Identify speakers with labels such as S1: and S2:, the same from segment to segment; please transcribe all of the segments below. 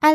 S1: 艾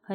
S1: 可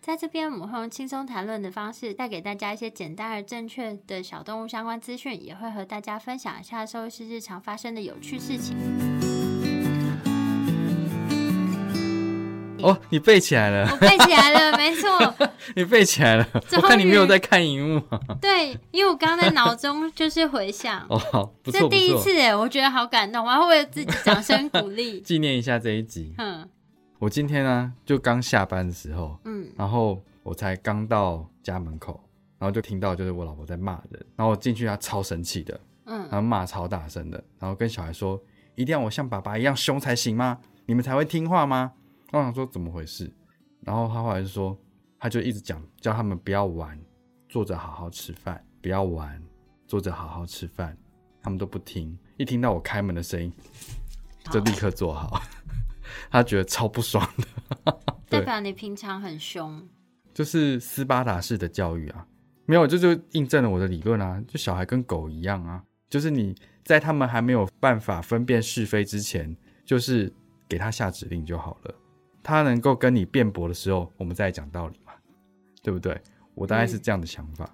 S1: 在这边我们会用轻松谈论的方式，带给大家一些简单而正确的小动物相关资讯，也会和大家分享一下兽医师日常发生的有趣事情。
S2: 哦，你背起来了，
S1: 我背起来了，没错，
S2: 你背起来了，
S1: 终于
S2: 我看你没有在看 荧幕。
S1: 对，因为我刚刚在脑中就是回想，
S2: 哦，好，不
S1: 这
S2: 错不
S1: 第一
S2: 错，
S1: 次哎，我觉得好感动，我要为自己掌声鼓励。
S2: 纪念一下这一集。
S1: 嗯
S2: 我今天呢、就刚下班的时候，
S1: 嗯，
S2: 然后我才刚到家门口，然后就听到就是我老婆在骂人，然后我进去她超生气的，然
S1: 嗯，
S2: 后骂超大声的，然后跟小孩说：“一定要我像爸爸一样凶才行吗？你们才会听话吗？”然后我想说怎么回事，然后他后来就说，他就一直讲叫他们不要玩，坐着好好吃饭，不要玩，坐着好好吃饭，他们都不听，一听到我开门的声音，就立刻坐好，他觉得超不爽的，
S1: 代
S2: 对
S1: 表你平常很凶，
S2: 就是斯巴达式的教育啊，没有，这就印证了我的理论啊，就小孩跟狗一样啊，就是你在他们还没有办法分辨是非之前，就是给他下指令就好了。他能够跟你辩驳的时候，我们再来讲道理嘛，对不对？我大概是这样的想法。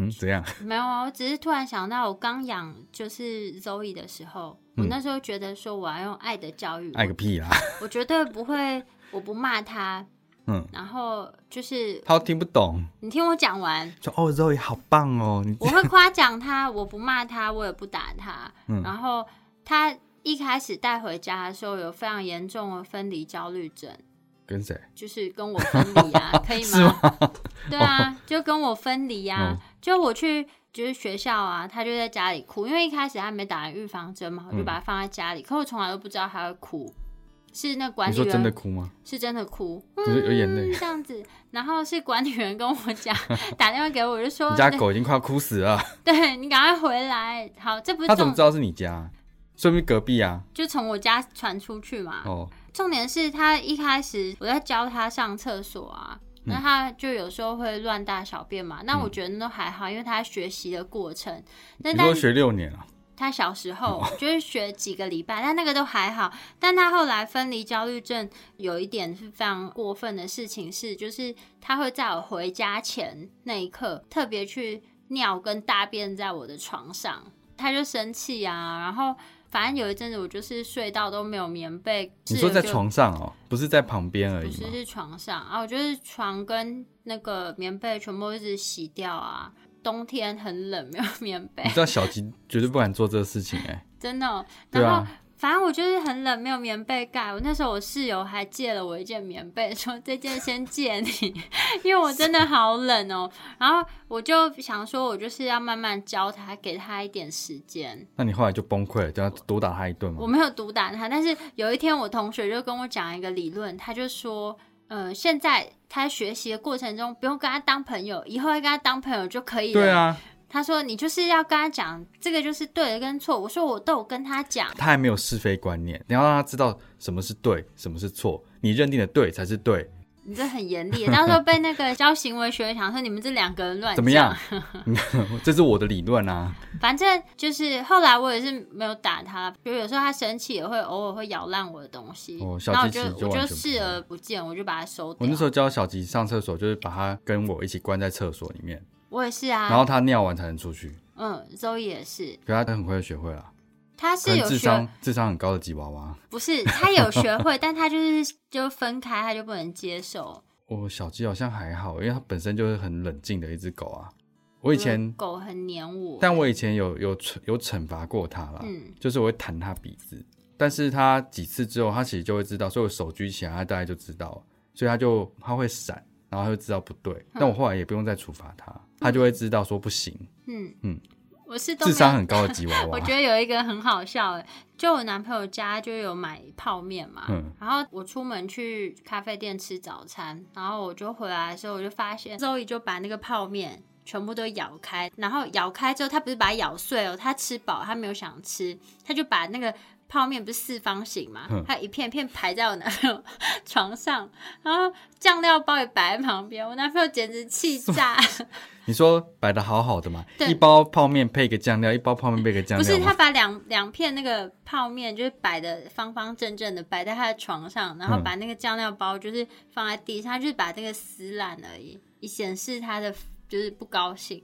S2: 嗯，怎样？
S1: 没有啊，我只是突然想到，我刚养就是 Zoe 的时候，我那时候觉得说我要用爱的教育，
S2: 嗯爱个屁啊啦！
S1: 我绝对不会，我不骂他，
S2: 嗯，
S1: 然后就是
S2: 他都听不懂，
S1: 你听我讲完，
S2: 说哦，Zoe 好棒哦，你
S1: 我会夸奖他，我不骂他，我也不打他，
S2: 嗯
S1: 然后他。一开始带回家的时候，有非常严重的分离焦虑症，
S2: 跟谁？
S1: 就是跟我分离 啊，可以
S2: 是吗？
S1: 对啊，就跟我分离啊，
S2: 嗯
S1: 就我去就是学校啊，他就在家里哭，因为一开始他没打完预防针嘛，我
S2: 嗯
S1: 就把他放在家里，可我从来都不知道他会哭，是那管
S2: 你
S1: 理
S2: 说
S1: 员
S2: 真的哭吗？
S1: 是真的哭，
S2: 就是有眼
S1: 嗯、
S2: 泪
S1: 这样子，然后是管理员跟我讲打电话给我，我就说
S2: 你家狗已经快要哭死了，
S1: 对你赶快回来，好，这不是
S2: 他怎么
S1: 重
S2: 知道是你家？说明隔壁啊。
S1: 就从我家传出去嘛，
S2: 哦，
S1: 重点是他一开始我在教他上厕所啊，
S2: 嗯
S1: 那他就有时候会乱大小便嘛。那我觉得那都还好，因为他学习的过程。那
S2: 你
S1: 但
S2: 说学六年啊？
S1: 他小时 候就是学几个礼拜，但那个都还好。但他后来分离焦虑症有一点是非常过分的事情是，就是他会在我回家前那一刻特别去尿跟大便在我的床上，他就生气啊，然后。反正有一阵子我就是睡到都没有棉被，
S2: 你
S1: 室
S2: 说
S1: 友
S2: 在
S1: 就
S2: 床上哦，不是在旁边而
S1: 不
S2: 已
S1: 是
S2: 吗？
S1: 是床上啊，我就是床跟那个棉被全部一直洗掉啊。冬天很冷，没有棉被
S2: 你，知道小吉绝对不敢做这个事情哎、
S1: 真的哦、
S2: 对
S1: 然后、
S2: 啊，
S1: 反正我就是很冷，没有棉被盖。我那时候我室友还借了我一件棉被，说这件先借你， 因为我真的好冷哦。然后我就想说，我就是要慢慢教他，给他一点时间。
S2: 那你后来就崩溃了，就要毒打他一顿
S1: 我
S2: 吗？
S1: 没有毒打他，但是有一天我同学就跟我讲一个理论，他就说，呃，现在他学习的过程中不用跟他当朋友，以后要跟他当朋友就可以了。
S2: 对，啊，
S1: 他说你就是要跟他讲这个就是对的跟错。我说我都有跟他讲，
S2: 他还没有是非观念，你要让他知道什么是对，什么是错，你认定的对才是对，
S1: 你这很严厉，到时候被那个教行为学想说你们这两个人乱讲
S2: 怎么样？ 这是我的理论 啊。
S1: 反正就是后来我也是没有打他，比如有时候他生气也会偶尔会咬烂我的东西，
S2: 哦小
S1: 然后我
S2: 鸡
S1: 就
S2: 翅就
S1: 我
S2: 完
S1: 就
S2: 全不
S1: 视
S2: 碰
S1: 而不见，我就把它收掉。
S2: 我那时候教小吉上厕所，就是把他跟我一起关在厕所里面，
S1: 我也是啊，
S2: 然后他尿完才能出去。
S1: 嗯，周也是，
S2: 可他很快就学会了，啊
S1: 他
S2: 可
S1: 是
S2: 能
S1: 有
S2: 智
S1: 学
S2: 商，智商很高的吉娃娃。
S1: 不是他有学会，但他就是就分开，他就不能接受。
S2: 哦我小鸡好像还好，因为它本身就是很冷静的一只狗啊。我以
S1: 嗯
S2: 前，
S1: 狗很黏我，
S2: 但我以前有有惩有惩罚过它啦，
S1: 嗯
S2: 就是我会弹它鼻子，但是它几次之后，它其实就会知道，所以我手举起来，它大概就知道了，所以它就它会闪，然后它就知道不对。
S1: 嗯
S2: 但我后来也不用再处罚它，它就会知道说不行。
S1: 嗯
S2: 嗯，
S1: 我是都
S2: 智
S1: 没有
S2: 商很高的吉娃娃
S1: 我，觉得有一个很好笑的，就我男朋友家就有买泡面嘛，
S2: 嗯
S1: 然后我出门去咖啡店吃早餐，然后我就回来的时候，我就发现周 o 就把那个泡面全部都咬开，然后咬开之后，他不是把它咬碎哦，他吃饱，他没有想吃，他就把那个。泡面不是四方形嘛
S2: 嗯，
S1: 它一片片排在我男朋友床上，然后酱料包也摆在旁边，我男朋友简直气炸。
S2: 你说摆的好好的嘛，
S1: 对
S2: 一包泡面配个酱料，一包泡面配个酱
S1: 不
S2: 料
S1: 是，
S2: 嘛，
S1: 他把两两片那个泡面就是摆的方方正正的摆在他的床上，然后
S2: 嗯
S1: 把那个酱料包就是放在地上，他就是把这个撕烂而已，以显示他的就是不高兴。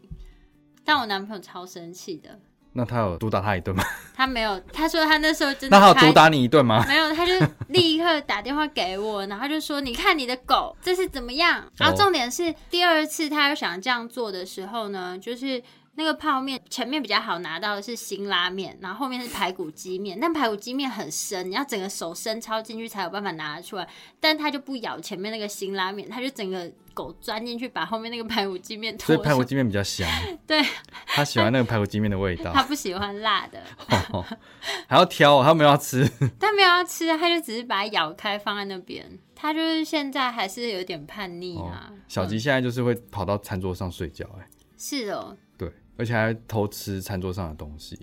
S1: 但我男朋友超生气的，
S2: 那他有毒打他一顿吗？
S1: 他没有，他说他那时候真的
S2: 那他有
S1: 开
S2: 毒打你一顿吗？
S1: 没有，他就立刻打电话给我，然后他就说：“你看你的狗这是怎么
S2: 哦
S1: 样？”然后重点是第二次他又想这样做的时候呢，就是那个泡面前面比较好拿到的是辛拉面，然后后面是排骨鸡面，但排骨鸡面很深，你要整个手伸超进去才有办法拿得出来，但他就不咬前面那个辛拉面，他就整个狗钻进去把后面那个排骨鸡面
S2: 所
S1: 拖
S2: 以排骨
S1: 出，
S2: 鸡面比较香，
S1: 对
S2: 他喜欢那个排骨鸡面的味道
S1: 他，不喜欢辣的。
S2: 还要挑哦，他没有要 吃。
S1: 但没有要吃，他就只是把它咬开放在那边。他就是现在还是有点叛逆啊。
S2: 哦小吉
S1: 嗯
S2: 现在就是会跑到餐桌上睡觉、哎，
S1: 是哦，
S2: 对，而且还偷吃餐桌上的东西。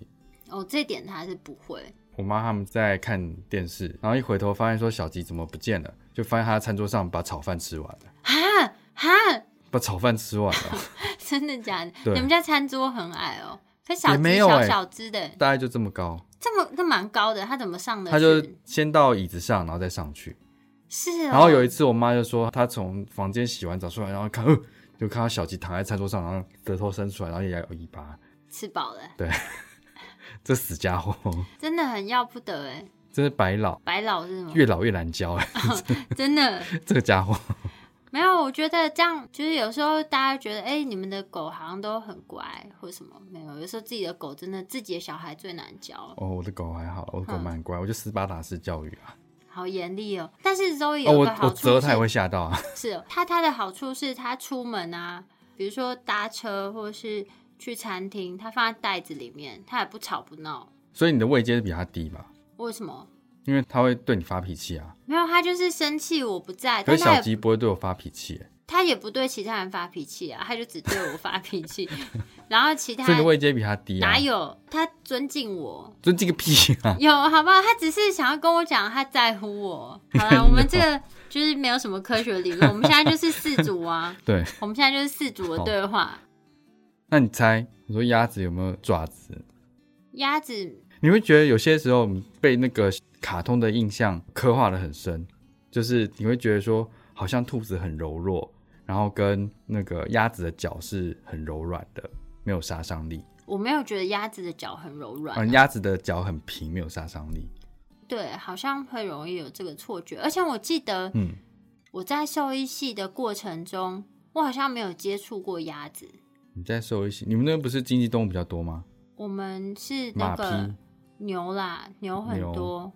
S1: 哦，这点他是不会。
S2: 我妈他们在看电视，然后一回头发现说小吉怎么不见了，就发现他在餐桌上把炒饭吃完了，
S1: 哈哈，
S2: 把炒饭吃完了，
S1: 真的假的？
S2: 对
S1: 你们家餐桌很矮哦，可小
S2: 也
S1: 只
S2: 没有
S1: 小
S2: 欸
S1: 小只的，
S2: 大概就这么高。
S1: 这么这蛮高的，他怎么上的？
S2: 他就先到椅子上，然后再上去。
S1: 是哦，
S2: 然后有一次，我妈就说她从房间洗完澡出来，然后看，呃就看到小吉躺在餐桌上，然后舌头伸出来，然后也有尾巴，
S1: 吃饱了，
S2: 这死家伙
S1: 真的很要不得哎，
S2: 真是白老，
S1: 白老是吗？
S2: 越老越难教 哎，
S1: 真的。
S2: 这个家伙。
S1: 没有，我觉得这样就是有时候大家觉得，哎、你们的狗好像都很乖，或什么没有。有时候自己的狗真的，自己的小孩最难教，
S2: 哦，我的狗还好，我的狗
S1: 嗯
S2: 蛮乖，我就斯巴达式教育啊。
S1: 好严厉哦。但是 Zoe
S2: 哦，
S1: 有
S2: 我
S1: 个
S2: 我
S1: 好处
S2: 折
S1: 是，
S2: 它也会吓到啊。
S1: 是哦它它的好处是，它出门啊，比如说搭车或是去餐厅，它放在袋子里面，它也不吵不闹。
S2: 所以你的位阶比它低吧，
S1: 为什么？
S2: 因为它会对你发脾气啊。
S1: 没有，它就是生气我不在，
S2: 可
S1: 哎但
S2: 是
S1: 它
S2: 小
S1: 也
S2: 吉不会对我发脾气耶，
S1: 它也不对其他人发脾气啊，它就只对我发脾 气，然后其他
S2: 所以你的位阶比它低啊。
S1: 哪？有？它尊敬我，
S2: 尊敬个屁啊！
S1: 有好不好？他只是想要跟我讲他在乎我。 好了，我们这个就是没有什么科学理论，我们现在就是四组啊，
S2: 对，
S1: 我们现在就是四组的对话。
S2: 那你猜，你说鸭子有没有爪子？
S1: 鸭子
S2: 你会觉得有些时候我们被那个卡通的印象刻画的很深，就是你会觉得说，好像兔子很柔弱，然后跟那个鸭子的脚是很柔软的，没有杀伤力。
S1: 我没有觉得鸭子的脚很柔软啊、
S2: 嗯，鸭子的脚很平，没有杀伤力。
S1: 对，好像会容易有这个错觉。而且我记得
S2: 嗯，
S1: 我在兽医系的过程中，我好像没有接触过鸭子。
S2: 你在兽医系，你们那边不是经济动物比较多吗？
S1: 我们是那
S2: 马匹，
S1: 个牛啦，牛很
S2: 牛
S1: 多。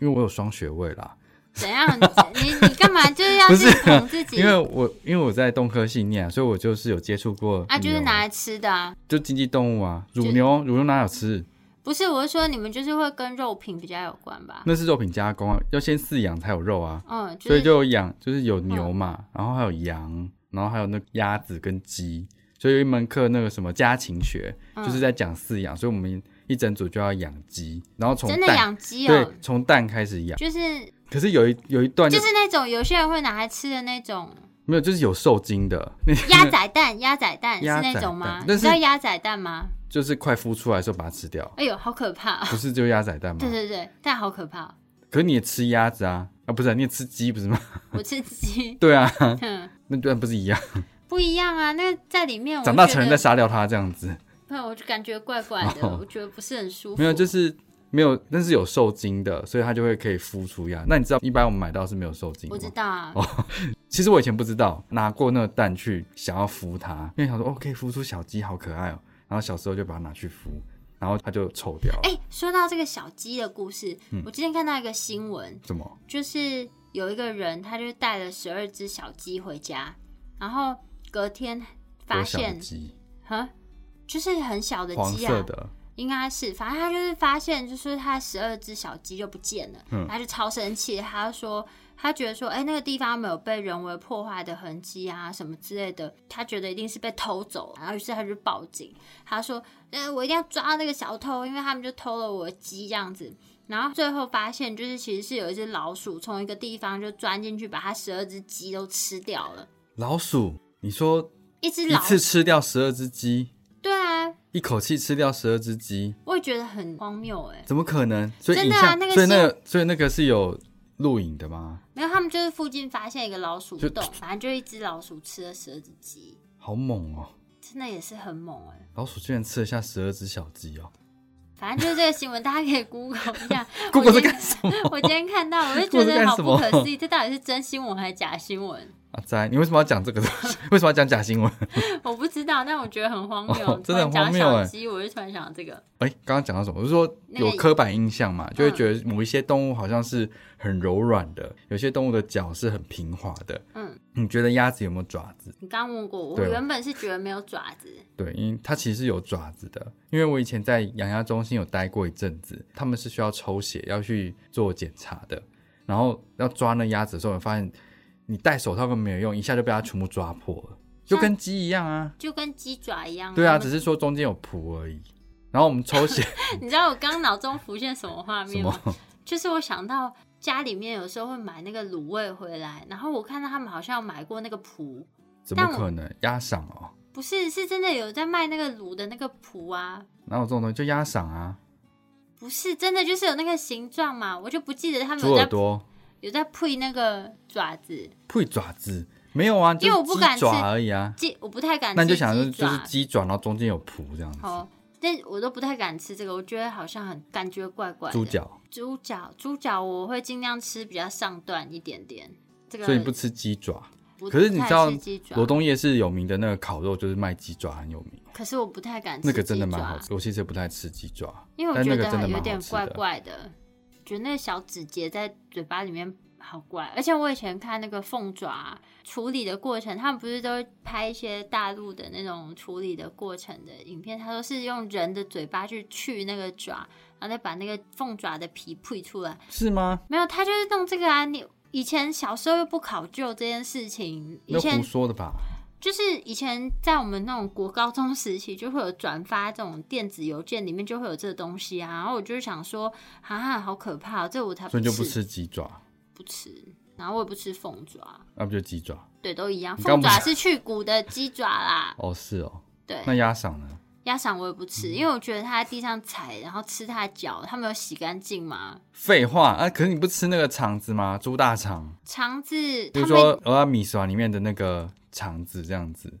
S2: 因为我有双学位啦，
S1: 怎样？你你干嘛就是要
S2: 不是
S1: 去捧自己
S2: 因？为我因为我在动科系念、啊，所以我就是有接触过
S1: 啊，就是
S2: 牛
S1: 拿来吃的啊。
S2: 就经济动物啊，乳牛乳牛哪有吃？
S1: 不是，我是说你们就是会跟肉品比较有关吧？
S2: 那是肉品加工啊，要先饲养才有肉啊，
S1: 嗯，就
S2: 所以
S1: 是嗯
S2: 就有养就是有牛嘛，然后还有羊，然后还有那个鸭子跟鸡，所以有一门课那个什么家禽学，
S1: 嗯
S2: 就是在讲饲养，所以我们一整组就要养鸡，然后从
S1: 真的
S2: 蛋
S1: 养鸡
S2: 对
S1: 哦，，
S2: 从蛋开始养。
S1: 就是
S2: 可是有一有一段就
S1: 就是那种有些人会拿来吃的那种
S2: 没有，就是有受精的，那
S1: 鸭仔蛋，鸭仔蛋是
S2: 鸭仔
S1: 那种吗？
S2: 蛋
S1: 你
S2: 但
S1: 知道
S2: 是
S1: 鸭仔蛋吗？
S2: 就是快孵出来的时候把它吃掉，
S1: 哎呦，好可怕、 哦！
S2: 不是就鸭仔蛋吗
S1: 对？对对，但好可怕哦、
S2: 可是你也吃鸭子啊，啊不是啊、你也吃鸡不是吗？，
S1: 我吃鸡
S2: 对啊，
S1: 哼，
S2: 那那不是一样？
S1: 不一样啊。那在里面我
S2: 长大
S1: 觉
S2: 成人
S1: 得
S2: 再杀掉它这样子，
S1: 不然我就感觉怪怪的，
S2: 哦
S1: 我觉得不是很舒服。
S2: 没有，就是没有，但是有受精的，所以它就会可以孵出鸭。那你知道一般我们买到是没有受精的
S1: 我知
S2: 吗？
S1: 道啊，
S2: 哦其实我以前不知道，拿过那个蛋去想要孵它，因为想说哦可以孵出小鸡，好可爱哦。然后小时候就把它拿去孵，然后它就臭掉了。
S1: 哎、说到这个小鸡的故事，
S2: 嗯
S1: 我之前看到一个新闻，
S2: 怎么？
S1: 就是有一个人，他就带了十二只小鸡回家，然后隔天发
S2: 多小的
S1: 现，
S2: 鸡，
S1: 哈，就是很小的
S2: 黄
S1: 鸡
S2: 色
S1: 啊，
S2: 的，
S1: 应该是，反正他就是发现，就是他十二只小鸡就不见了，
S2: 嗯
S1: 他就超生气，他就说他觉得说，哎、那个地方没有被人为破坏的痕迹啊，什么之类的，他觉得一定是被偷走，然后于是他就报警，他说，呃，我一定要抓到那个小偷，因为他们就偷了我的鸡这样子。然后最后发现，就是其实是有一只老鼠从一个地方就钻进去，把他十二只鸡都吃掉了。
S2: 老鼠。你说
S1: 一只
S2: 一
S1: 老
S2: 次
S1: 鼠，
S2: 吃掉十二只鸡，
S1: 对啊，
S2: 一口气吃掉十二只鸡，
S1: 我也觉得很荒谬哎、
S2: 怎么可能？所以
S1: 真
S2: 影
S1: 的啊
S2: 像，
S1: 那个
S2: 所以
S1: 新
S2: 那个，所以那个是有录影的吗？
S1: 没有，他们就是附近发现一个老鼠
S2: 就
S1: 洞，反正就一只老鼠吃了十二只鸡，
S2: 好猛哦！
S1: 真的也是很猛哎、
S2: 老鼠居然吃得下十二只小鸡哦！
S1: 反正就是这个新闻，大家可以 Google 一下。
S2: Google
S1: 我
S2: 是
S1: 今
S2: 干什么
S1: 天 我今天看到，我就觉
S2: Google 是
S1: 得
S2: 干
S1: 好
S2: 什
S1: 不
S2: 么
S1: 可思议，这到底是真新闻还是假新闻？
S2: 啊？在你为什么要讲这个东西？ 为什么要讲假新闻？
S1: 我不知道，但我觉得很荒谬。
S2: 哦
S1: 突
S2: 真的
S1: 然
S2: 很
S1: 讲
S2: 荒谬
S1: 小
S2: 哎
S1: 鸡，我就突然想到这个，
S2: 哎、刚刚讲到什么？我是说
S1: 那嗯个
S2: 有刻板印象嘛，就会觉得某一些动物好像是很柔软的，有些动物的脚是很平滑的。
S1: 嗯，
S2: 你觉得鸭子有没有爪子？
S1: 你刚问过我，我
S2: 对
S1: 原本是觉得没有爪子，
S2: 对，因为它其实是有爪子的。因为我以前在养鸭中心有待过一阵子，他们是需要抽血要去做检查的，然后要抓那鸭子的时候，我发现你戴手套根本没有用，一下就被它全部抓破了，就跟鸡一样啊。
S1: 就跟鸡爪一样。
S2: 对啊，
S1: 他
S2: 只
S1: 们
S2: 是说中间有蹼而已。然后我们抽血
S1: 你知道我刚刚脑中浮现什么画
S2: 什
S1: 面吗
S2: 么？？
S1: 就是我想到家里面有时候会买那个卤味回来，然后我看到他们好像有买过那个脯，
S2: 怎
S1: 但
S2: 么
S1: 我
S2: 可能鸭嗓哦？
S1: 不是是真的有在卖那个卤的那个脯啊，
S2: 哪有这种东西？就鸭嗓啊，
S1: 不是真的就是有那个形状嘛，我就不记得他们
S2: 猪
S1: 有
S2: 耳
S1: 在
S2: 朵、
S1: 有在配那个爪子，
S2: 配爪子没有啊？就
S1: 因为我
S2: 是
S1: 不
S2: 鸡
S1: 敢吃
S2: 爪而已啊。
S1: 鸡我不太敢吃
S2: 那你就想说
S1: 鸡
S2: 就是
S1: 爪，哦
S2: 鸡爪，然后中间有蹼这样子，
S1: 好，但我都不太敢吃这个，我觉得好像很感觉怪怪的。
S2: 猪脚。
S1: 猪脚猪脚我会尽量吃比较上段一点点，这个
S2: 所以你不吃鸡爪，
S1: 不
S2: 可是你
S1: 太
S2: 知道
S1: 吃鸡爪
S2: 罗东夜市有名的那个烤肉就是卖鸡爪很有名，
S1: 可是我不太敢吃
S2: 那个真的
S1: 鸡
S2: 蛮
S1: 爪
S2: 好吃。我其实也不太吃鸡爪，
S1: 因为我
S2: 但
S1: 觉
S2: 那个真
S1: 得
S2: 的
S1: 有
S2: 蛮好
S1: 点
S2: 吃
S1: 怪
S2: 的。
S1: 怪的，觉得那个小指节在嘴巴里面好怪。而且我以前看那个凤爪啊处理的过程，他们不是都会拍一些大陆的那种处理的过程的影片，他说是用人的嘴巴去去那个爪，然后再把那个凤爪的皮吐出来。
S2: 是吗？
S1: 没有，他就是弄这个啊，你。以前小时候又不考究这件事情，以
S2: 那
S1: 前
S2: 胡说的吧？
S1: 就是以前在我们那种国高中时期，就会有转发这种电子邮件，里面就会有这个东西啊。然后我就是想说，啊，好可怕哦、这我才
S2: 所以你
S1: 吃，
S2: 就不吃鸡爪，啊
S1: 不吃，然后我也不吃凤爪，
S2: 那不就鸡爪？
S1: 对，都一样。
S2: 你刚
S1: 凤
S2: 不是
S1: 爪是去骨的鸡爪啦，
S2: 哦，是哦。
S1: 对。
S2: 那鸭嗯嗓呢？
S1: 鸭肠我也不吃，因为我觉得它在地上踩，然后吃它的脚，它没有洗干净嘛。
S2: 废话啊！可是你不吃那个肠子吗？猪大肠，
S1: 肠子，
S2: 比
S1: 它
S2: 如
S1: 们
S2: 说俄阿米索里面的那个肠子这样子，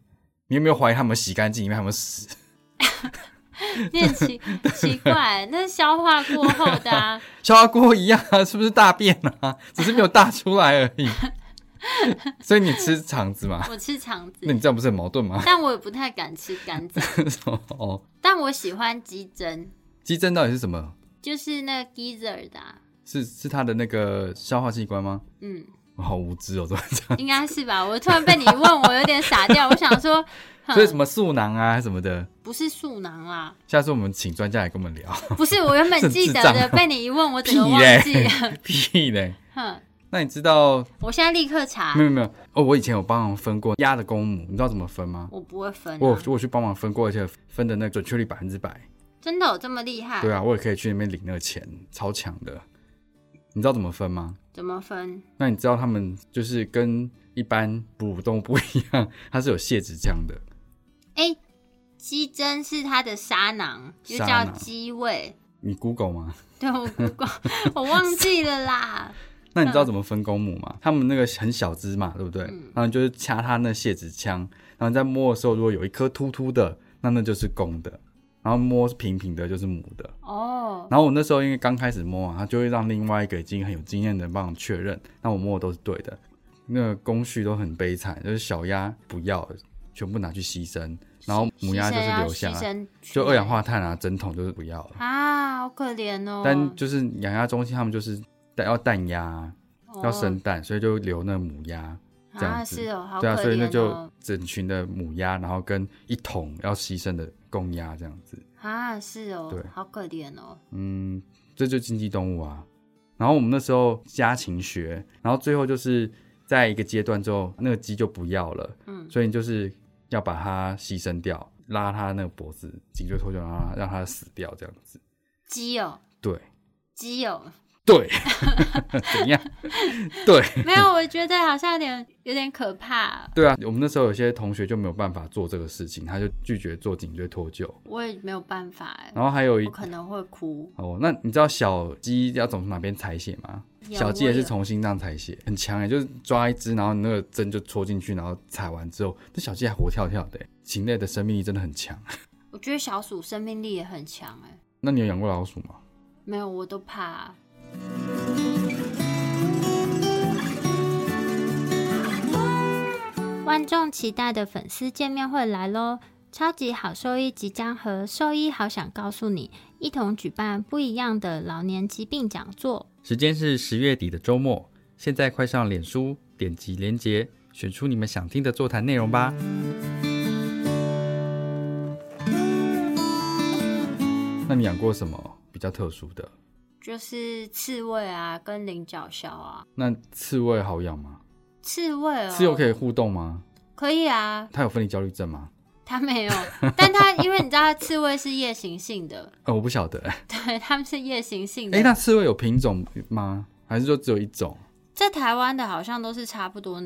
S2: 你有没有怀疑他们洗干净，里面还有没有屎？
S1: 你很奇奇怪，那是消化过后的、啊。
S2: 消化锅一样啊，是不是大便啊？只是没有大出来而已。所以你吃肠子嘛？
S1: 我吃肠子
S2: 那，你这样不是很矛盾吗？
S1: 但我也不太敢吃肝脏，
S2: 哦，
S1: 但我喜欢鸡胗。
S2: 鸡胗到底是什么？
S1: 就是那个 Geezer 的啊、
S2: 是是它的那个消化器官吗？
S1: 嗯，
S2: 我好无知哦，怎么讲？
S1: 应该是吧？ 我突然被你一问，我有点傻掉。我想说，哼
S2: 所以什么素囊啊什么的，
S1: 不是素囊啦，
S2: 下次我们请专家来跟我们聊。
S1: 不是我原本
S2: 是
S1: 记得
S2: 智障
S1: 的，
S2: 啊
S1: 被你一问，我整
S2: 屁
S1: 个忘
S2: 嘞
S1: 记了。，
S2: 屁嘞！
S1: 哼，
S2: 那你知道
S1: 我现在立刻查
S2: 没，有没有哦？我以前有帮忙分过鸭的公母，你知道怎么分吗？
S1: 我不会分、
S2: 我
S1: 啊
S2: 有，我有去帮忙分过，而且分的那个准确率百分之百。
S1: 真的有这么厉害？
S2: 对啊，我也可以去那边领那个钱，超强的。你知道怎么分吗？
S1: 怎么分？
S2: 那你知道他们就是跟一般哺乳动物不一样，它是有泄殖腔的。
S1: 哎、鸡胗是它的沙囊，又
S2: 沙
S1: 叫
S2: 囊
S1: 鸡胃。
S2: 你 Google 吗？
S1: 对，我 Google，我 忘记了啦。
S2: 那你知道怎么分公母吗？他们那个很小只嘛，对不对？然后你就是掐它那泄殖腔，然后你在摸的时候，如果有一颗凸凸的，那那就是公的。然后摸是平平的，就是母的。
S1: 哦，
S2: 然后我那时候因为刚开始摸啊，他就会让另外一个已经很有经验的人帮我确认，那我摸的都是对的。那个工序都很悲惨，就是小鸭不要，全部拿去牺牲，然后母鸭就是留下
S1: 牺
S2: 来，
S1: 牲
S2: 就二氧化碳啊，整桶就是不要了。
S1: 啊，好可怜哦。
S2: 但就是养鸭中心他们就是蛋要蛋鸭啊，要生蛋，所以就留那母鸭。
S1: 哦
S2: 这样
S1: 啊，
S2: 子
S1: 是哦，好可怜
S2: 对啊，
S1: 哦。
S2: 所以那就整群的母鸭，然后跟一桶要牺牲的公鸭这样子。
S1: 啊，是哦，
S2: 对
S1: 好可怜哦。
S2: 嗯，这就经济动物啊。然后我们那时候家禽学，然后最后就是在一个阶段之后，那个鸡就不要了，
S1: 嗯，
S2: 所以你就是要把它牺牲掉，拉它那个脖子，颈椎脱臼，让它让它死掉这样子。
S1: 鸡哦，
S2: 对
S1: 鸡哦，
S2: 对， 怎 样？对
S1: 没有，我觉得好像有点有点可怕。
S2: 对啊，我们那时候有些同学就没有办法做这个事情，他就拒绝做颈椎脱臼。
S1: 我也没有办法哎，
S2: 然后还有一
S1: 我可能会哭。
S2: 哦，那你知道小鸡要从哪边采血吗？
S1: 有
S2: 小鸡也
S1: 我
S2: 是
S1: 有
S2: 从心脏采血，很强哎，就是抓一只，然后你那个针就戳进去，然后采完之后，这小鸡还活跳跳的欸。禽类的生命力真的很强。啊
S1: 我觉得小鼠生命力也很强哎，
S2: 那你有养过老鼠吗？
S1: 没有，我都怕啊。万众期待的粉丝见面会来喽！超级好兽医即将和兽医好想告诉你一同举办不一样的老年疾病讲座。
S3: 时间是十月底的周末，现在快上脸书，点击连结，选出你们想听的座谈内容吧。
S2: 那你养过什么比较特殊的？
S1: 就是刺猬啊，跟菱角鸮啊，
S2: 那刺猬好养吗？
S1: 刺猬哦，
S2: 刺猬可以互动吗？
S1: 可以啊，
S2: 它有分离焦虑症吗？
S1: 它没有，但它因为你知道刺猬是夜行性的，
S2: 呃，我不晓得欸。
S1: 对，它们是夜行性的。
S2: 哎，那刺猬有品种吗？还是说只有一种？
S1: 在台湾的好像都是差不多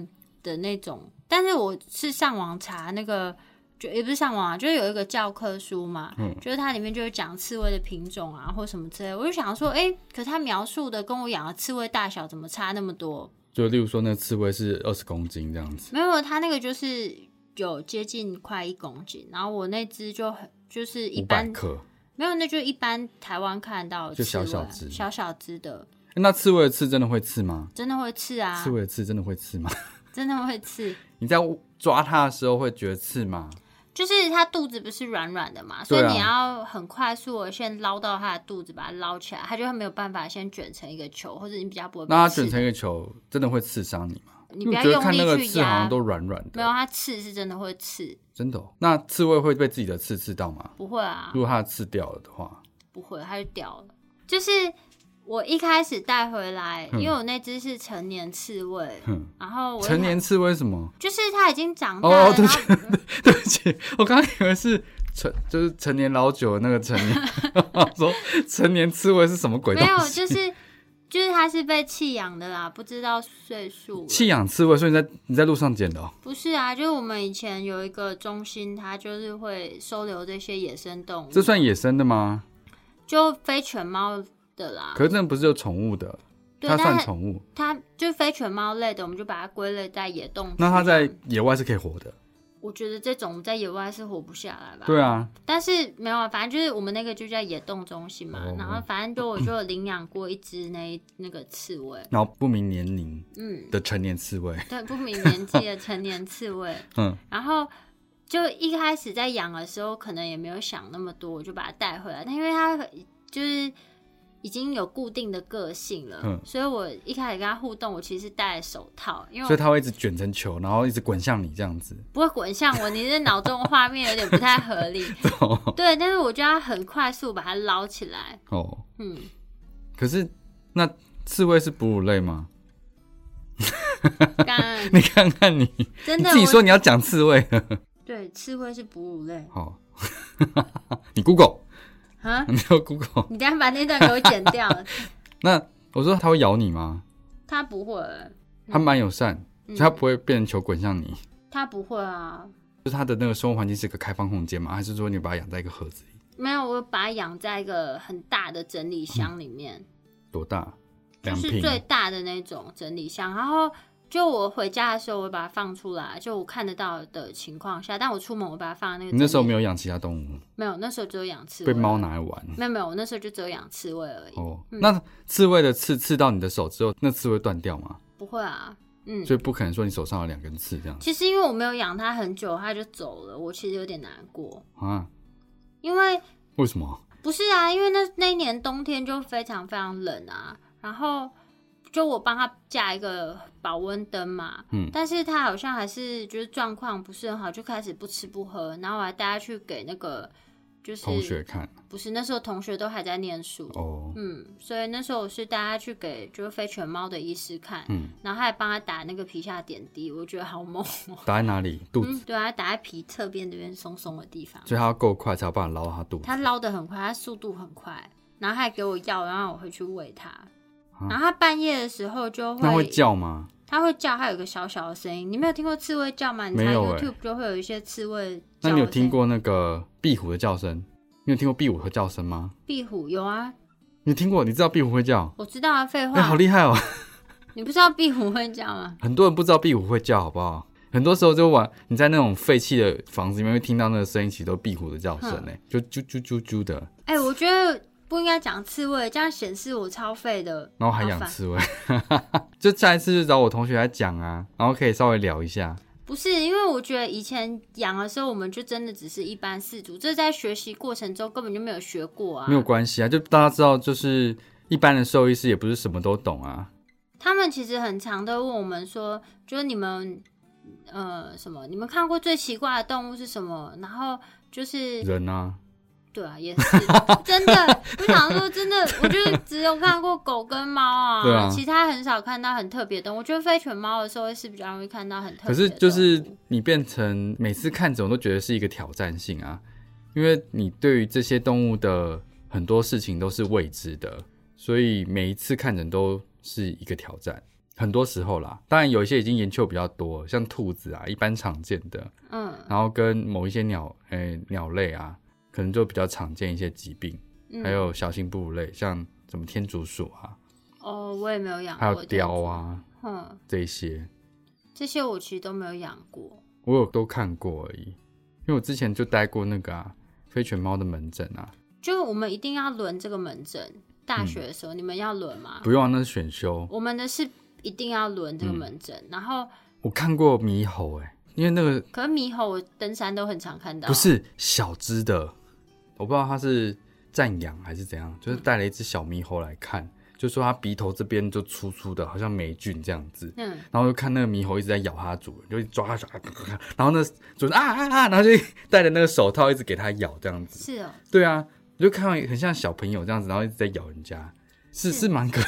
S1: 的那种，但是我是上网查那个，就也不是上网啊，就是有一个教科书嘛，
S2: 嗯
S1: 就是它里面就有讲刺猬的品种啊或什么之类的，我就想说，哎、可是它描述的跟我养的刺猬大小怎么差那么多？
S2: 就例如说，那刺猬是二十公斤这样子。
S1: 没有，它那个就是有接近快一公斤，然后我那只就很就是一
S2: 五百
S1: 般
S2: 克，
S1: 没有，那就一般台湾看到的
S2: 就
S1: 刺
S2: 小
S1: 猬
S2: 小只
S1: 小小只的，
S2: 那刺猬的刺真的会刺吗？
S1: 真的会刺啊
S2: 刺，猬的刺真的会刺吗？
S1: 真的会刺。
S2: 你在抓它的时候会觉得刺吗？
S1: 就是它肚子不是软软的嘛，所
S2: 对啊
S1: 以你要很快速的先捞到它的肚子，把它捞起来，它就会没有办法先卷成一个球，或者你比较不会被
S2: 那它
S1: 刺
S2: 卷成一个球，真的会刺伤你吗？
S1: 你不
S2: 因为
S1: 要
S2: 我觉得
S1: 用
S2: 看那个
S1: 力去
S2: 刺好
S1: 压
S2: 像，都软软
S1: 没有啊它
S2: 的，
S1: 刺是真的会刺，
S2: 真的哦、那刺猬会被自己的刺刺到吗？
S1: 不会啊
S2: 如，果它的刺掉了的话，
S1: 不会，它就掉了。就是我一开始带回来，
S2: 嗯
S1: 因为我那只是成年刺猬，
S2: 哼，
S1: 然后哦我一
S2: 嗯成
S1: 开
S2: 年刺猬是什么？
S1: 就是它已经长大
S2: 哦
S1: 了，
S2: 哦，对
S1: 然
S2: 不
S1: 后
S2: 起，对不起， 我刚刚以为是成就是成年老酒的那个成年， 我想说成年刺猬是什么鬼东
S1: 没有，
S2: 西？
S1: 就是就是它是被弃养的啦，不知道岁数了，
S2: 弃养刺猬，所以你在你在路上捡的、哦，
S1: 不是啊，就是我们以前有一个中心，它就是会收留这些野生动物，
S2: 这算野生的吗？
S1: 哦就非犬猫的啦。
S2: 可是那不是有宠物的，
S1: 对，
S2: 它
S1: 但
S2: 算
S1: 是
S2: 宠物，
S1: 它就非犬猫类的，我们就把它归类在野动。
S2: 那它在，野外是可以活的。
S1: 我觉得这种在野外是活不下来吧。
S2: 对啊，
S1: 但是没有啊，反正就是我们那个就叫野动中心嘛，
S2: 哦
S1: 然后反正就我就有领养过一只那一那个刺猬，
S2: 然后不明年龄
S1: 嗯，
S2: 的成年刺猬，
S1: 对，不明年纪的成年刺猬，
S2: 嗯，
S1: 然后就一开始在养的时候，可能也没有想那么多，我就把它带回来。但因为它就是已经有固定的个性了，
S2: 嗯
S1: 所以我一开始跟它互动，我其实戴了手套，因
S2: 所以
S1: 为我
S2: 它会一直卷成球，然后一直滚向你这样子。
S1: 不会滚向我。你这脑中的画面有点不太合 理，对。但是我就要很快速把它捞起来，
S2: 哦，
S1: 嗯，
S2: 可是那刺猬是哺乳类吗？
S1: 干
S2: 你看看你，你
S1: 真的
S2: 自己
S1: 我
S2: 说你要讲刺猬 了。
S1: 对，刺猬是哺乳类
S2: 好， 你 Google，
S1: 啊。
S2: 你要 Google。
S1: 你等一下把那段给我剪 掉，
S2: 那我说它会咬你吗？
S1: 它不会，嗯
S2: 它蛮友善，所以它不会变成球滚向你。
S1: 它不会啊。
S2: 就是它的那个生活环境是一个开放空间吗？还是说你把它养在一个盒子里？
S1: 没有，我把它养在一个很大的整理箱里面，
S2: 多大？
S1: 就
S2: 嗯两
S1: 是
S2: 瓶。
S1: 最大的那种整理箱。然后就我回家的时候，我会把它放出来，就我看得到的情况下。但我出门，我把它放在那个。
S2: 你那时候没有养其他动物吗，
S1: 没有，那时候只有养刺猬。啊嗯
S2: 被猫？拿来玩
S1: 没有没有，我那时候就只有养刺猬而已。
S2: 哦。那刺猬的刺刺到你的手之后，那刺会断掉吗？
S1: 不会啊，嗯。
S2: 所以不可能说你手上有两根刺这样
S1: 其实因为我没有养它很久，它就走了，我其实有点难过，
S2: 啊？
S1: 因为
S2: 为什么？
S1: 不是啊，因为那那一年冬天就非常非常冷啊，然后就我帮他架一个保温灯嘛，
S2: 嗯
S1: 但是他好像还是就是状况不是很好，就开始不吃不喝，然后我还带他去给那个就是
S2: 同学看
S1: 不是那时候同学都还在念书，
S2: 哦，
S1: 嗯，所以那时候我是带他去给就是非犬猫的医师看，
S2: 嗯，
S1: 然后他还帮他打那个皮下点滴，我觉得好猛哦、
S2: 打在哪里？肚子，
S1: 嗯，对啊，打在皮侧边这边松松的地方，
S2: 所以它要够快才有办法捞到它肚子。
S1: 他捞得很快，他速度很快，然后他还给我药，然后让我回去喂它。然后他半夜的时候就会
S2: 那啊会，叫吗？
S1: 他会叫，它有一个小小的声音。你没有听过刺猬叫吗？你查
S2: 没有欸
S1: YouTube 就会有一些刺猬叫。
S2: 那你有听？过那个壁虎的叫声？你有听过壁虎的叫声吗？
S1: 壁虎有啊，
S2: 你听过？你知道壁虎会叫？
S1: 我知道啊。废话，
S2: 哎、好厉害哦！
S1: 你不知道壁虎会叫吗？
S2: 很多人不知道壁虎会叫，好不好？很多时候就玩你在那种废弃的房子里面会听到那个声音，其实都是壁虎的叫声
S1: 嗯
S2: 呢、就啾啾啾啾的，
S1: 哎、我觉得不应该讲刺猬，这样显示我超废的。
S2: 然后还
S1: 好
S2: 养
S1: 烦
S2: 刺猬， 就下一次就找我同学来讲啊，然后可以稍微聊一下。
S1: 不是，因为我觉得以前养的时候，我们就真的只是一般饲主，这在学习过程中根本就没有学过啊。
S2: 没有关系啊，就大家知道，就是一般的兽医师也不是什么都懂啊。
S1: 他们其实很常都问我们说，就是你们呃什么，你们看过最奇怪的动物是什么？然后就是
S2: 人啊，
S1: 对啊，也是真的，我想说真的，我就只有看过狗跟猫啊，
S2: 对啊
S1: 其他很少看到很特别的动物。我觉得飞犬猫的时候是比较容易看到很特别
S2: 可
S1: 的动
S2: 是
S1: 物，
S2: 就是你变成每次看着我都觉得是一个挑战性啊，因为你对于这些动物的很多事情都是未知的，所以每一次看诊都是一个挑战。很多时候啦，当然有一些已经研究比较多，像兔子啊，一般常见的，
S1: 嗯
S2: 然后跟某一些鸟，诶、鸟类啊，可能就比较常见一些疾病，
S1: 嗯
S2: 还有小型哺乳类，像什么天竺鼠啊，
S1: 哦，我也没有养过，
S2: 还有雕，啊
S1: 嗯，
S2: 这一些，
S1: 这些我其实都没有养过。
S2: 我有都看过而已。因为我之前就待过那个啊，非犬猫的门诊啊，
S1: 就是我们一定要轮这个门诊，
S2: 嗯
S1: 大学的时候、你们要轮吗？
S2: 不用、啊、那是选修。
S1: 我们的是一定要轮这个门诊，然后
S2: 我看过猕猴、欸，因为那个
S1: 可是猕猴我登山都很常看到，
S2: 不是小只的，我不知道它是赞扬还是怎样，就是带了一只小猕猴来看，就说它鼻头这边就粗粗的，好像霉菌这样子。
S1: 嗯，
S2: 然后就看那个猕猴一直在咬它主人，就一直抓它抓它，然后那主人啊啊啊，然后就戴着那个手套一直给它咬这样子。
S1: 是哦，
S2: 对啊，你就看到很像小朋友这样子，然后一直在咬人家，是
S1: 是
S2: 是蛮可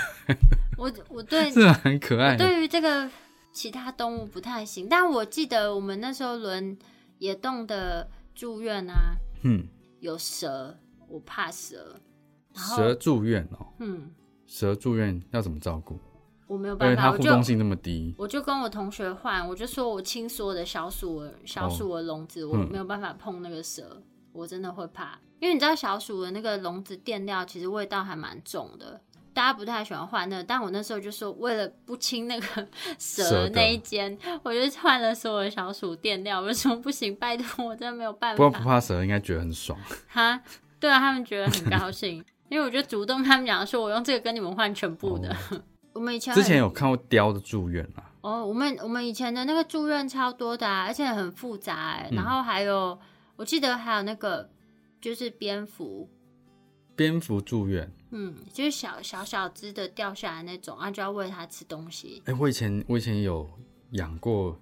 S1: 我我对
S2: 是蛮可爱的。
S1: 对于这个其他动物不太行，但我记得我们那时候轮野洞的住院啊，
S2: 嗯，
S1: 有蛇，我怕蛇，然后
S2: 蛇住院哦，
S1: 嗯，
S2: 蛇住院要怎么照顾？
S1: 我没有
S2: 因为
S1: 办
S2: 它
S1: 法，我
S2: 互
S1: 就
S2: 动性那么低，
S1: 我就跟我同学换，我就说我亲所有的小鼠儿小鼠的笼子，我
S2: 嗯
S1: 没有办法碰那个蛇，我真的会怕，因为你知道小鼠的那个笼子垫料其实味道还蛮重的。大家不太喜欢换那个但我那时候就说，为了不清那个
S2: 蛇
S1: 蛇
S2: 的
S1: 那一间，我就换了所有的小鼠垫料。我就说不行，拜托，我真的没有办
S2: 不过不
S1: 法。
S2: 怕蛇应该觉得很爽。
S1: 哈，对啊，他们觉得很高兴， 因为我就主动跟他们讲说，我用这个跟你们换全部的。 我们以前
S2: 哦之
S1: 很
S2: 前有看过雕的住院啊，
S1: 哦，我们我们以前的那个住院超多的、啊，而且很复杂、欸。
S2: 嗯
S1: 然后还有，我记得还有那个就是蝙蝠，
S2: 蝙蝠住院。
S1: 嗯，就是小小小只的掉下来那种，啊，就要喂它吃东西。
S2: 哎、我以前我以前有养过，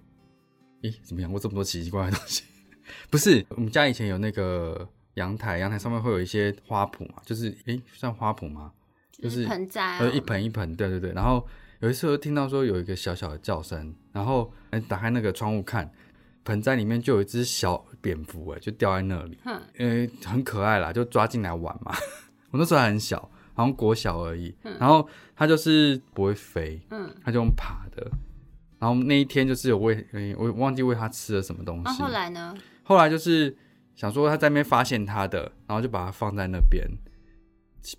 S2: 诶、怎么养过这么多奇奇怪怪的东西？ 不是，我们家以前有那个阳台，阳台上面会有一些花圃嘛，就是诶、算花圃吗？
S1: 就
S2: 就是
S1: 盆栽、啊
S2: 呃，，一盆一盆，对对对。然后有一次我就听到说有一个小小的叫声，然后哎打开那个窗户看，盆栽里面就有一只小蝙蝠，哎，就掉在那里，
S1: 哼，
S2: 呃，很可爱啦，就抓进来玩嘛。 我那时候还很小，好像国小而已。然后它就是不会飞，
S1: 嗯，
S2: 它就用爬的。然后那一天就是有喂，哎我忘记喂它吃了什么东
S1: 那、
S2: 西。
S1: 后来呢？
S2: 后来就是想说他在那边发现他的，然后就把它放在那边。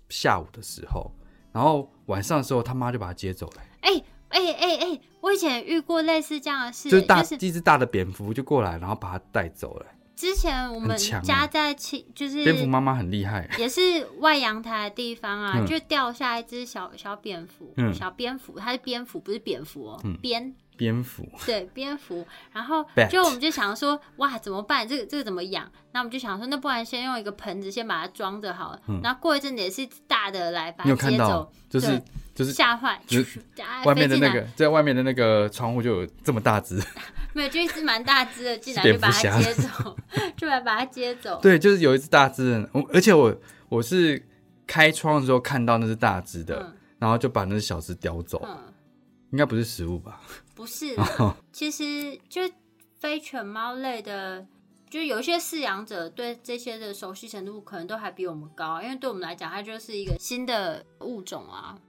S2: 下午的时候，然后晚上的时候，他妈就把它接走了。
S1: 哎、哎哎哎，我以前也遇过类似这样的事，
S2: 就是大
S1: 是
S2: 一只大的蝙蝠就过来，然后把它带走了。
S1: 之前我们
S2: 很强啊
S1: 家在亲，就是
S2: 蝙蝠妈妈很厉害，
S1: 也是外阳台的地方啊，
S2: 嗯
S1: 就掉下一只小小蝙蝠，
S2: 嗯
S1: 小蝙蝠，它是蝙蝠，不是蝙蝠哦，蝙
S2: 蝙蝠
S1: 对蝙蝠。然后
S2: Bat
S1: 就我们就想说，哇，怎么办？这个这个怎么养？那我们就想说，那不然先用一个盆子先把它装着好了。然后过一阵子也是大的来把
S2: 嗯
S1: 它
S2: 你有看
S1: 接
S2: 到
S1: 走，？
S2: 就是
S1: 对
S2: 就是
S1: 吓坏，
S2: 就
S1: 啊
S2: 外面的
S1: 飞进
S2: 那
S1: 来哦
S2: 个，在外面的那个窗户就有这么大只。
S1: 没有，就一只蛮大只的进来
S2: 是
S1: 就
S2: 蝙
S1: 把
S2: 蝠
S1: 它
S2: 侠
S1: 接走， 就来把它接走。
S2: 对，就是有一只大只的，我而且我我是开窗的时候看到那只大只的，
S1: 嗯
S2: 然后就把那只小只叼走，
S1: 嗯，
S2: 应该不是食物吧？
S1: 不是啦，
S2: 哦
S1: 其实就非犬猫类的，就有一些饲养者对这些的熟悉程度可能都还比我们高，因为对我们来讲，它就是一个新的物种啊。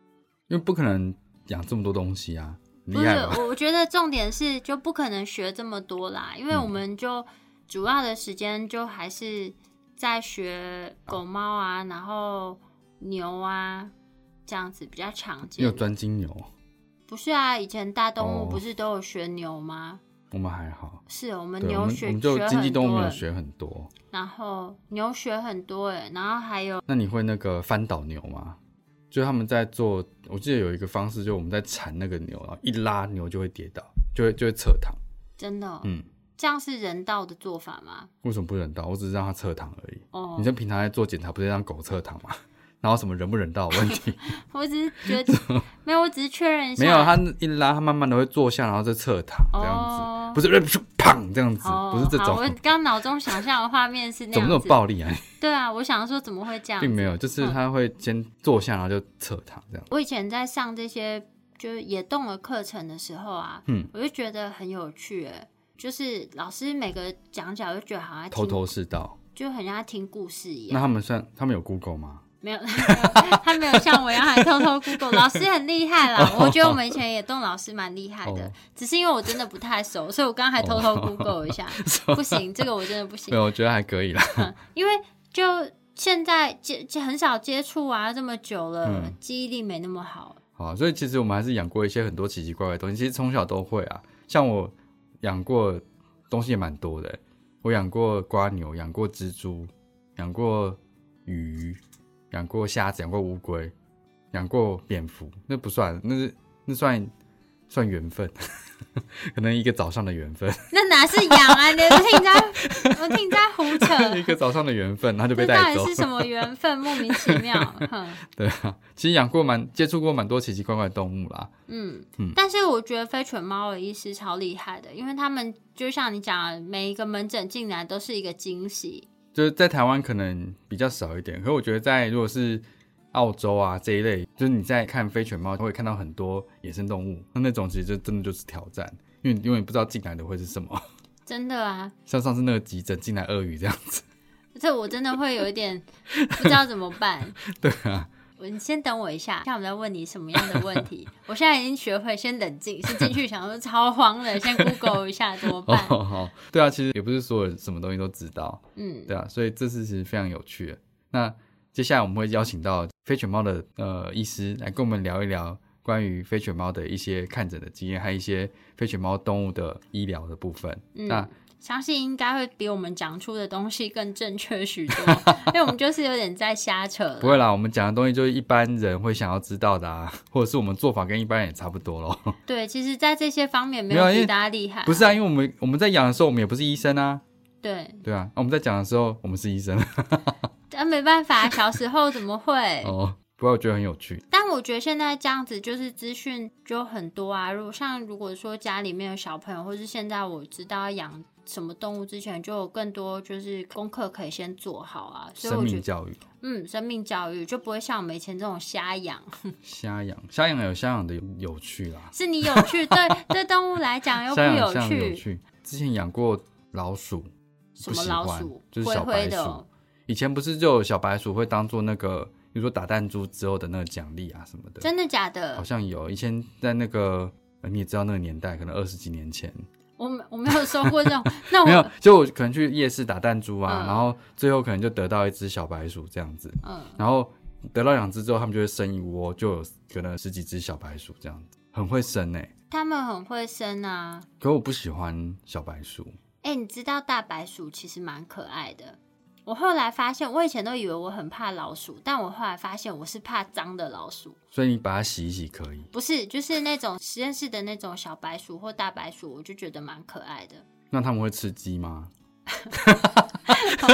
S2: 因为不可能养这么多东西啊，很
S1: 不
S2: 厉
S1: 是
S2: 害吧？，
S1: 我觉得重点是就不可能学这么多啦，因为
S2: 嗯
S1: 我们就主要的时间就还是在学狗猫啊，然后牛啊这样子比较常
S2: 你
S1: 见
S2: 有
S1: 的。
S2: 专精牛，
S1: 不是啊，以前大动物
S2: 哦
S1: 不是都有学牛吗？
S2: 我们还好，
S1: 是哦我们
S2: 对，我
S1: 牛
S2: 们
S1: 学
S2: 我们就
S1: 学
S2: 经济
S1: 很多
S2: 动物没有
S1: 欸
S2: 学很多。
S1: 然后牛学很多哎，然后还有
S2: 那你会那个翻倒牛吗？就他们在做，我记得有一个方式，就我们在缠那个牛，然后一拉牛就会跌倒，就会就会侧躺。
S1: 真的哦、
S2: 嗯，
S1: 这样是人道的做法吗？
S2: 为什么不人道？我只是让它侧躺而已。
S1: 哦
S2: 你，像平常在做检查，不是让狗侧躺吗？ 然后什么人不人道的 问题
S1: 我只是觉 得没有，我只是确认一下，
S2: 没有，它一拉，它慢慢的会坐下，然后再侧躺这样
S1: 哦
S2: 子，不是不是砰这样子，
S1: 哦，
S2: 不是这
S1: 好我
S2: 种，
S1: 刚脑中想象的画面是那
S2: 怎么那
S1: 样
S2: 么
S1: 子，
S2: 暴力啊？
S1: 对啊，我想说怎么会这样子？嗯
S2: 并没有，就是它会先坐下，然后就侧躺这样。
S1: 我以前在上这些就是野动的课程的时候啊，
S2: 嗯，
S1: 我就觉得很有趣耶，就是老师每个讲解，我就觉得好像在
S2: 头
S1: 听，
S2: 头是道，
S1: 就很像在听故事一
S2: 那
S1: 样。
S2: 他们算他们有 Google 吗？
S1: 没有， 他没有像我一样还偷偷 Google。老师很厉害啦，我觉得我们以前野动老师蛮厉害的
S2: 哦，
S1: 只是因为我真的不太熟，所以我刚刚还偷偷 Google 一下。不行，这个我真的不行
S2: 没。有，我觉得还可以啦。
S1: 因为就现在接接很少接触啊，这么久了，
S2: 嗯
S1: 记忆力没那么好。
S2: 好啊，所以其实我们还是养过一些很多奇奇怪怪的东西，其实从小都会啊。像我养过东西也蛮多的欸，我养过瓜牛，养过蜘蛛，养过鱼，养过虾子，养过乌龟，养过蝙蝠，那不算，那是那算算缘分， 可能一个早上的缘分，
S1: 那哪是养啊？你我听你在，我听你在胡
S2: 一
S1: 扯。
S2: 个早上的缘分，然后就被
S1: 这到
S2: 带
S1: 底
S2: 走
S1: 是。什么缘分？莫名其妙。哼
S2: 对啊，其实养过蛮接触过蛮多奇奇怪怪的动物啦。
S1: 嗯
S2: 嗯，
S1: 但是我觉得非犬猫的医师超厉害的，因为他们就像你讲的，每一个门诊进来都是一个惊喜。
S2: 就是在台湾可能比较少一点，可是我觉得在如果是澳洲啊这一类，就是你在看非犬猫会看到很多野生动物，那那种其实就真的就是挑战，因为你永远不知道进来的会是什么，
S1: 真的啊，
S2: 像上次那个急诊进来鳄鱼这样子，
S1: 这我真的会有一点不知道怎么办。
S2: 对啊，
S1: 我你先等我一下，看我们在问你什么样的问题。我现在已经学会先冷静，是进去想说超慌的，先 Google 一下怎么
S2: 哦
S1: 办。
S2: 好，好 对啊，其实也不是所有什么东西都知道，
S1: 嗯，
S2: 对啊，所以这次其实非常有趣的。那接下来我们会邀请到非犬猫的呃医师来跟我们聊一聊关于非犬猫的一些看诊的经验，还有一些非犬猫动物的医疗的部分。
S1: 嗯
S2: 那
S1: 相信应该会比我们讲出的东西更正确许多，因为我们就是有点在瞎扯
S2: 不
S1: 了。
S2: 会啦，我们讲的东西就是一般人会想要知道的啊，或者是我们做法跟一般人也差不多咯。
S1: 对，其实，在这些方面没
S2: 没
S1: 有
S2: 有因
S1: 比
S2: 为
S1: 大家厉害、
S2: 不是，啊，因为我们我们在养的时候，我们也不是医生啊，
S1: 对，
S2: 对啊，那我们在讲的时候，我们是医生
S1: 但没办法，小时候怎么 会？
S2: 哦。不过我觉得很有趣，
S1: 但我觉得现在这样子就是资讯就很多啊。如果像如果说家里面有小朋友，或是现在我知道要养什么动物之前，就有更多就是功课可以先做好啊。所以
S2: 生
S1: 我觉
S2: 命
S1: 得，
S2: 教育，
S1: 嗯，生命教育就不会像我们以前这种瞎养，
S2: 瞎养，瞎养有瞎养的有有趣啦，
S1: 是你有趣，对对动物来讲又不
S2: 瞎养
S1: 有
S2: 瞎养
S1: 趣。
S2: 有趣。之前养过老鼠，
S1: 什么
S2: 不喜
S1: 老
S2: 欢
S1: 鼠，
S2: 就是
S1: 灰
S2: 小
S1: 灰
S2: 白
S1: 的
S2: 鼠
S1: 哦、
S2: 以前不是就有小白鼠会当做那个，比如说打弹珠之后的那个奖励啊什么的，
S1: 真的假的
S2: 好？像有。以前在那个、呃你也知道那个年代，可能二十几年前，
S1: 我没我没有收过这 种，那
S2: 没有
S1: 我，
S2: 就我可能去夜市打弹珠啊，
S1: 哦嗯
S2: 然后最后可能就得到一只小白鼠这样子，
S1: 嗯，
S2: 然后得到两只之后，他们就会生一窝，就有可能十几只小白鼠这样子。很会生哎、
S1: 他们很会生啊。
S2: 可我不喜欢小白鼠，
S1: 哎、你知道大白鼠其实蛮可爱的。我后来发现，我以前都以为我很怕老鼠，但我后来发现我是怕脏的老鼠，
S2: 所以你把它洗一洗可以。
S1: 不是，就是那种实验室的那种小白鼠或大白鼠，我就觉得蛮可爱的。
S2: 那他们会吃鸡吗？
S1: 然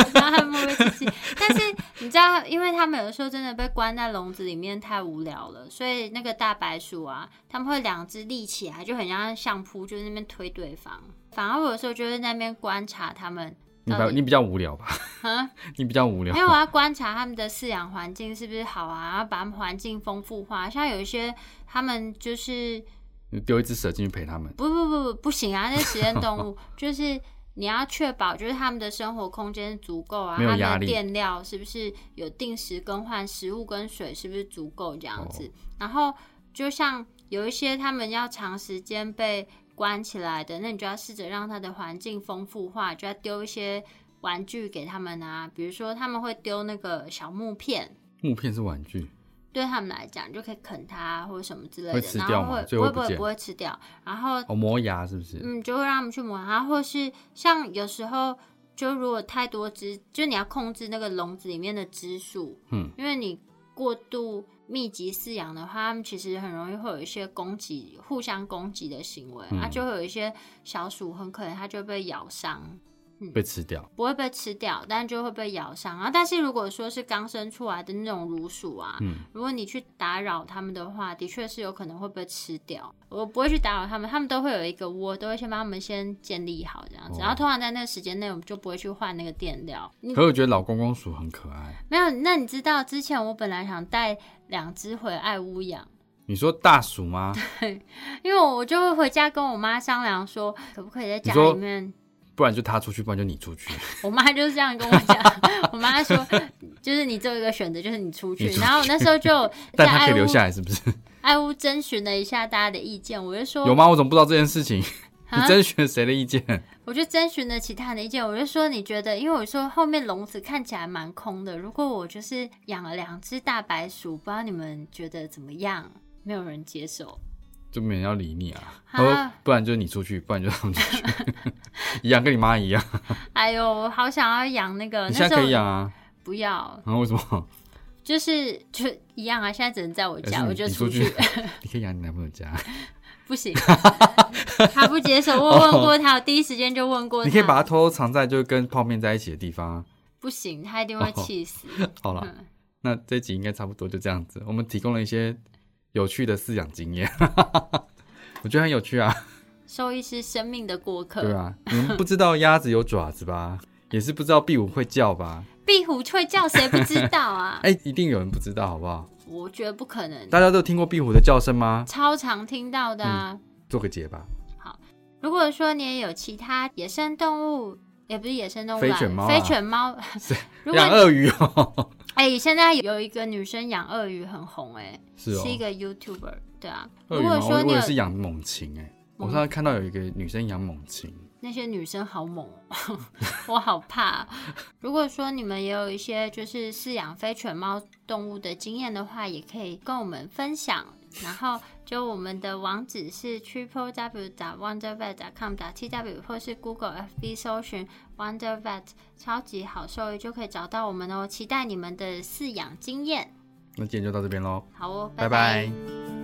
S1: 后他们会不会吃鸡？但是你知道，因为他们有的时候真的被关在笼子里面太无聊了，所以那个大白鼠啊，他们会两只立起来，就很像相扑，就是那边推对方。反而我有时候就会在那边观察他们，
S2: 你
S1: 到
S2: 比
S1: 底
S2: 你比较无聊吧？
S1: 啊，
S2: 你比较无聊
S1: 因为。我要观察他们的饲养环境是不是好啊，然后把他们环境丰富化。像有一些他们就是
S2: 你丢一只蛇进去陪他们，
S1: 不不不不不行啊，那实验动 物就是你要确保就是他们的生活空间足够啊，
S2: 没有
S1: 他
S2: 压
S1: 们的
S2: 力
S1: 垫料是不是有定时更换，食物跟水是不是足够这样
S2: 哦
S1: 子。然后就像有一些他们要长时间被关起来的，那你就要试着让它的环境丰富化，就要丢一些玩具给他们啊，比如说他们会丢那个小木片。
S2: 木片是玩具，
S1: 对他们来讲，就可以啃它或者什么之类的，
S2: 会吃掉
S1: 然
S2: 吗
S1: 后
S2: 最
S1: 会
S2: 后
S1: 会不
S2: 不
S1: 会
S2: 见
S1: 不会吃掉？然后
S2: 哦，磨牙是不是？
S1: 嗯，就会让他们去磨，然后或是像有时候，就如果太多只，就你要控制那个笼子里面的只数，
S2: 嗯，
S1: 因为你过度密集饲养的话，它们其实很容易会有一些攻击、互相攻击的行为，啊，就会有一些小鼠很可能它就被咬伤，
S2: 被吃掉。
S1: 不会被吃掉，但就会被咬伤啊。但是如果说是刚生出来的那种乳鼠啊，
S2: 嗯
S1: 如果你去打扰它们的话，的确是有可能会被吃掉。我不会去打扰它们，它们都会有一个窝，都会先帮它们先建立好这样子。
S2: 哦
S1: 然后通常在那个时间内，我们就不会去换那个垫料。你
S2: 可是我觉得老公公鼠很可爱。
S1: 没有？那你知道之前我本来想带两只回爱屋养，
S2: 你说大鼠吗？
S1: 因为我就会回家跟我妈商量说，可不可以在家
S2: 你说
S1: 里面
S2: 不然就他出去，不然就你出 去。
S1: 我妈就是这样跟我讲， 我妈说，就是你只有一个选择，就是你出去
S2: 你。出去
S1: 然后我那时候就在
S2: 但他可
S1: 爱
S2: 以留
S1: 屋
S2: 下来，是不是？
S1: 爱屋征询了一下大家的意见，我就
S2: 有
S1: 说，
S2: 吗？我怎么不知道这件事情？
S1: 啊
S2: 你征询了谁的意见？
S1: 我就征询了其他人的意见，我就说你觉得，因为我说后面笼子看起来蛮空的，如果我就是养了两只大白鼠，不知道你们觉得怎么样？没有人接受，
S2: 就没人要理你啊。
S1: 啊
S2: 他说，不然就你出去，不然就他们出去， 一样跟你妈一样。
S1: 哎呦，我好想要养那个，
S2: 你
S1: 那
S2: 现
S1: 时
S2: 在可以
S1: 候
S2: 养啊，
S1: 不要，
S2: 然后为什么？
S1: 就是就一样啊，现在只能在我
S2: 还是
S1: 家，
S2: 你
S1: 我就
S2: 你
S1: 出
S2: 出
S1: 去。，
S2: 你可以养你男朋友家，
S1: 不行， 他不接受。我问过他，我第一时间就问过他。
S2: 你可以把它偷偷藏在就跟泡面在一起的地方啊。
S1: 不行，他一定
S2: 哦
S1: 会气死。
S2: 好了，
S1: 嗯
S2: 那这集应该差不多就这样子。我们提供了一些有趣的饲养经验， 我觉得很有趣啊。
S1: 兽医是生命的过客。
S2: 对啊，你们不知道鸭子有爪子吧？也是不知道壁虎会叫吧？
S1: 壁虎会叫，谁不知道啊？
S2: 哎、一定有人不知道，好不好？
S1: 我觉得不可能，
S2: 大家都听过壁虎的叫声吗？
S1: 超常听到的啊。
S2: 做个结吧。
S1: 如果说你也有其他野生动物，也不是野生动物啦，
S2: 非犬猫啊
S1: 非犬猫。 如果
S2: 养鳄鱼哦，
S1: 哎、现在有一个女生养鳄鱼很红、哎，
S2: 是哦
S1: 是一个 YouTuber。对啊，
S2: 鳄
S1: 如
S2: 鱼吗
S1: 果说
S2: 我
S1: 你
S2: 我
S1: 有嗯
S2: 也是养猛禽哎、我上次看到有一个女生养猛禽，
S1: 那些女生好猛、哦， 我好怕哦、如果说你们也有一些就是饲养非犬猫动物的经验的话，也可以跟我们分享。然后就我们的网址是 triple w 打 wondervet com 打 t w 或是 Google FB 搜寻 wondervet 超级好兽医就可以找到我们哦。期待你们的饲养经验。
S2: 那今天就到这边喽，
S1: 好哦，
S2: 拜
S1: 拜
S2: 拜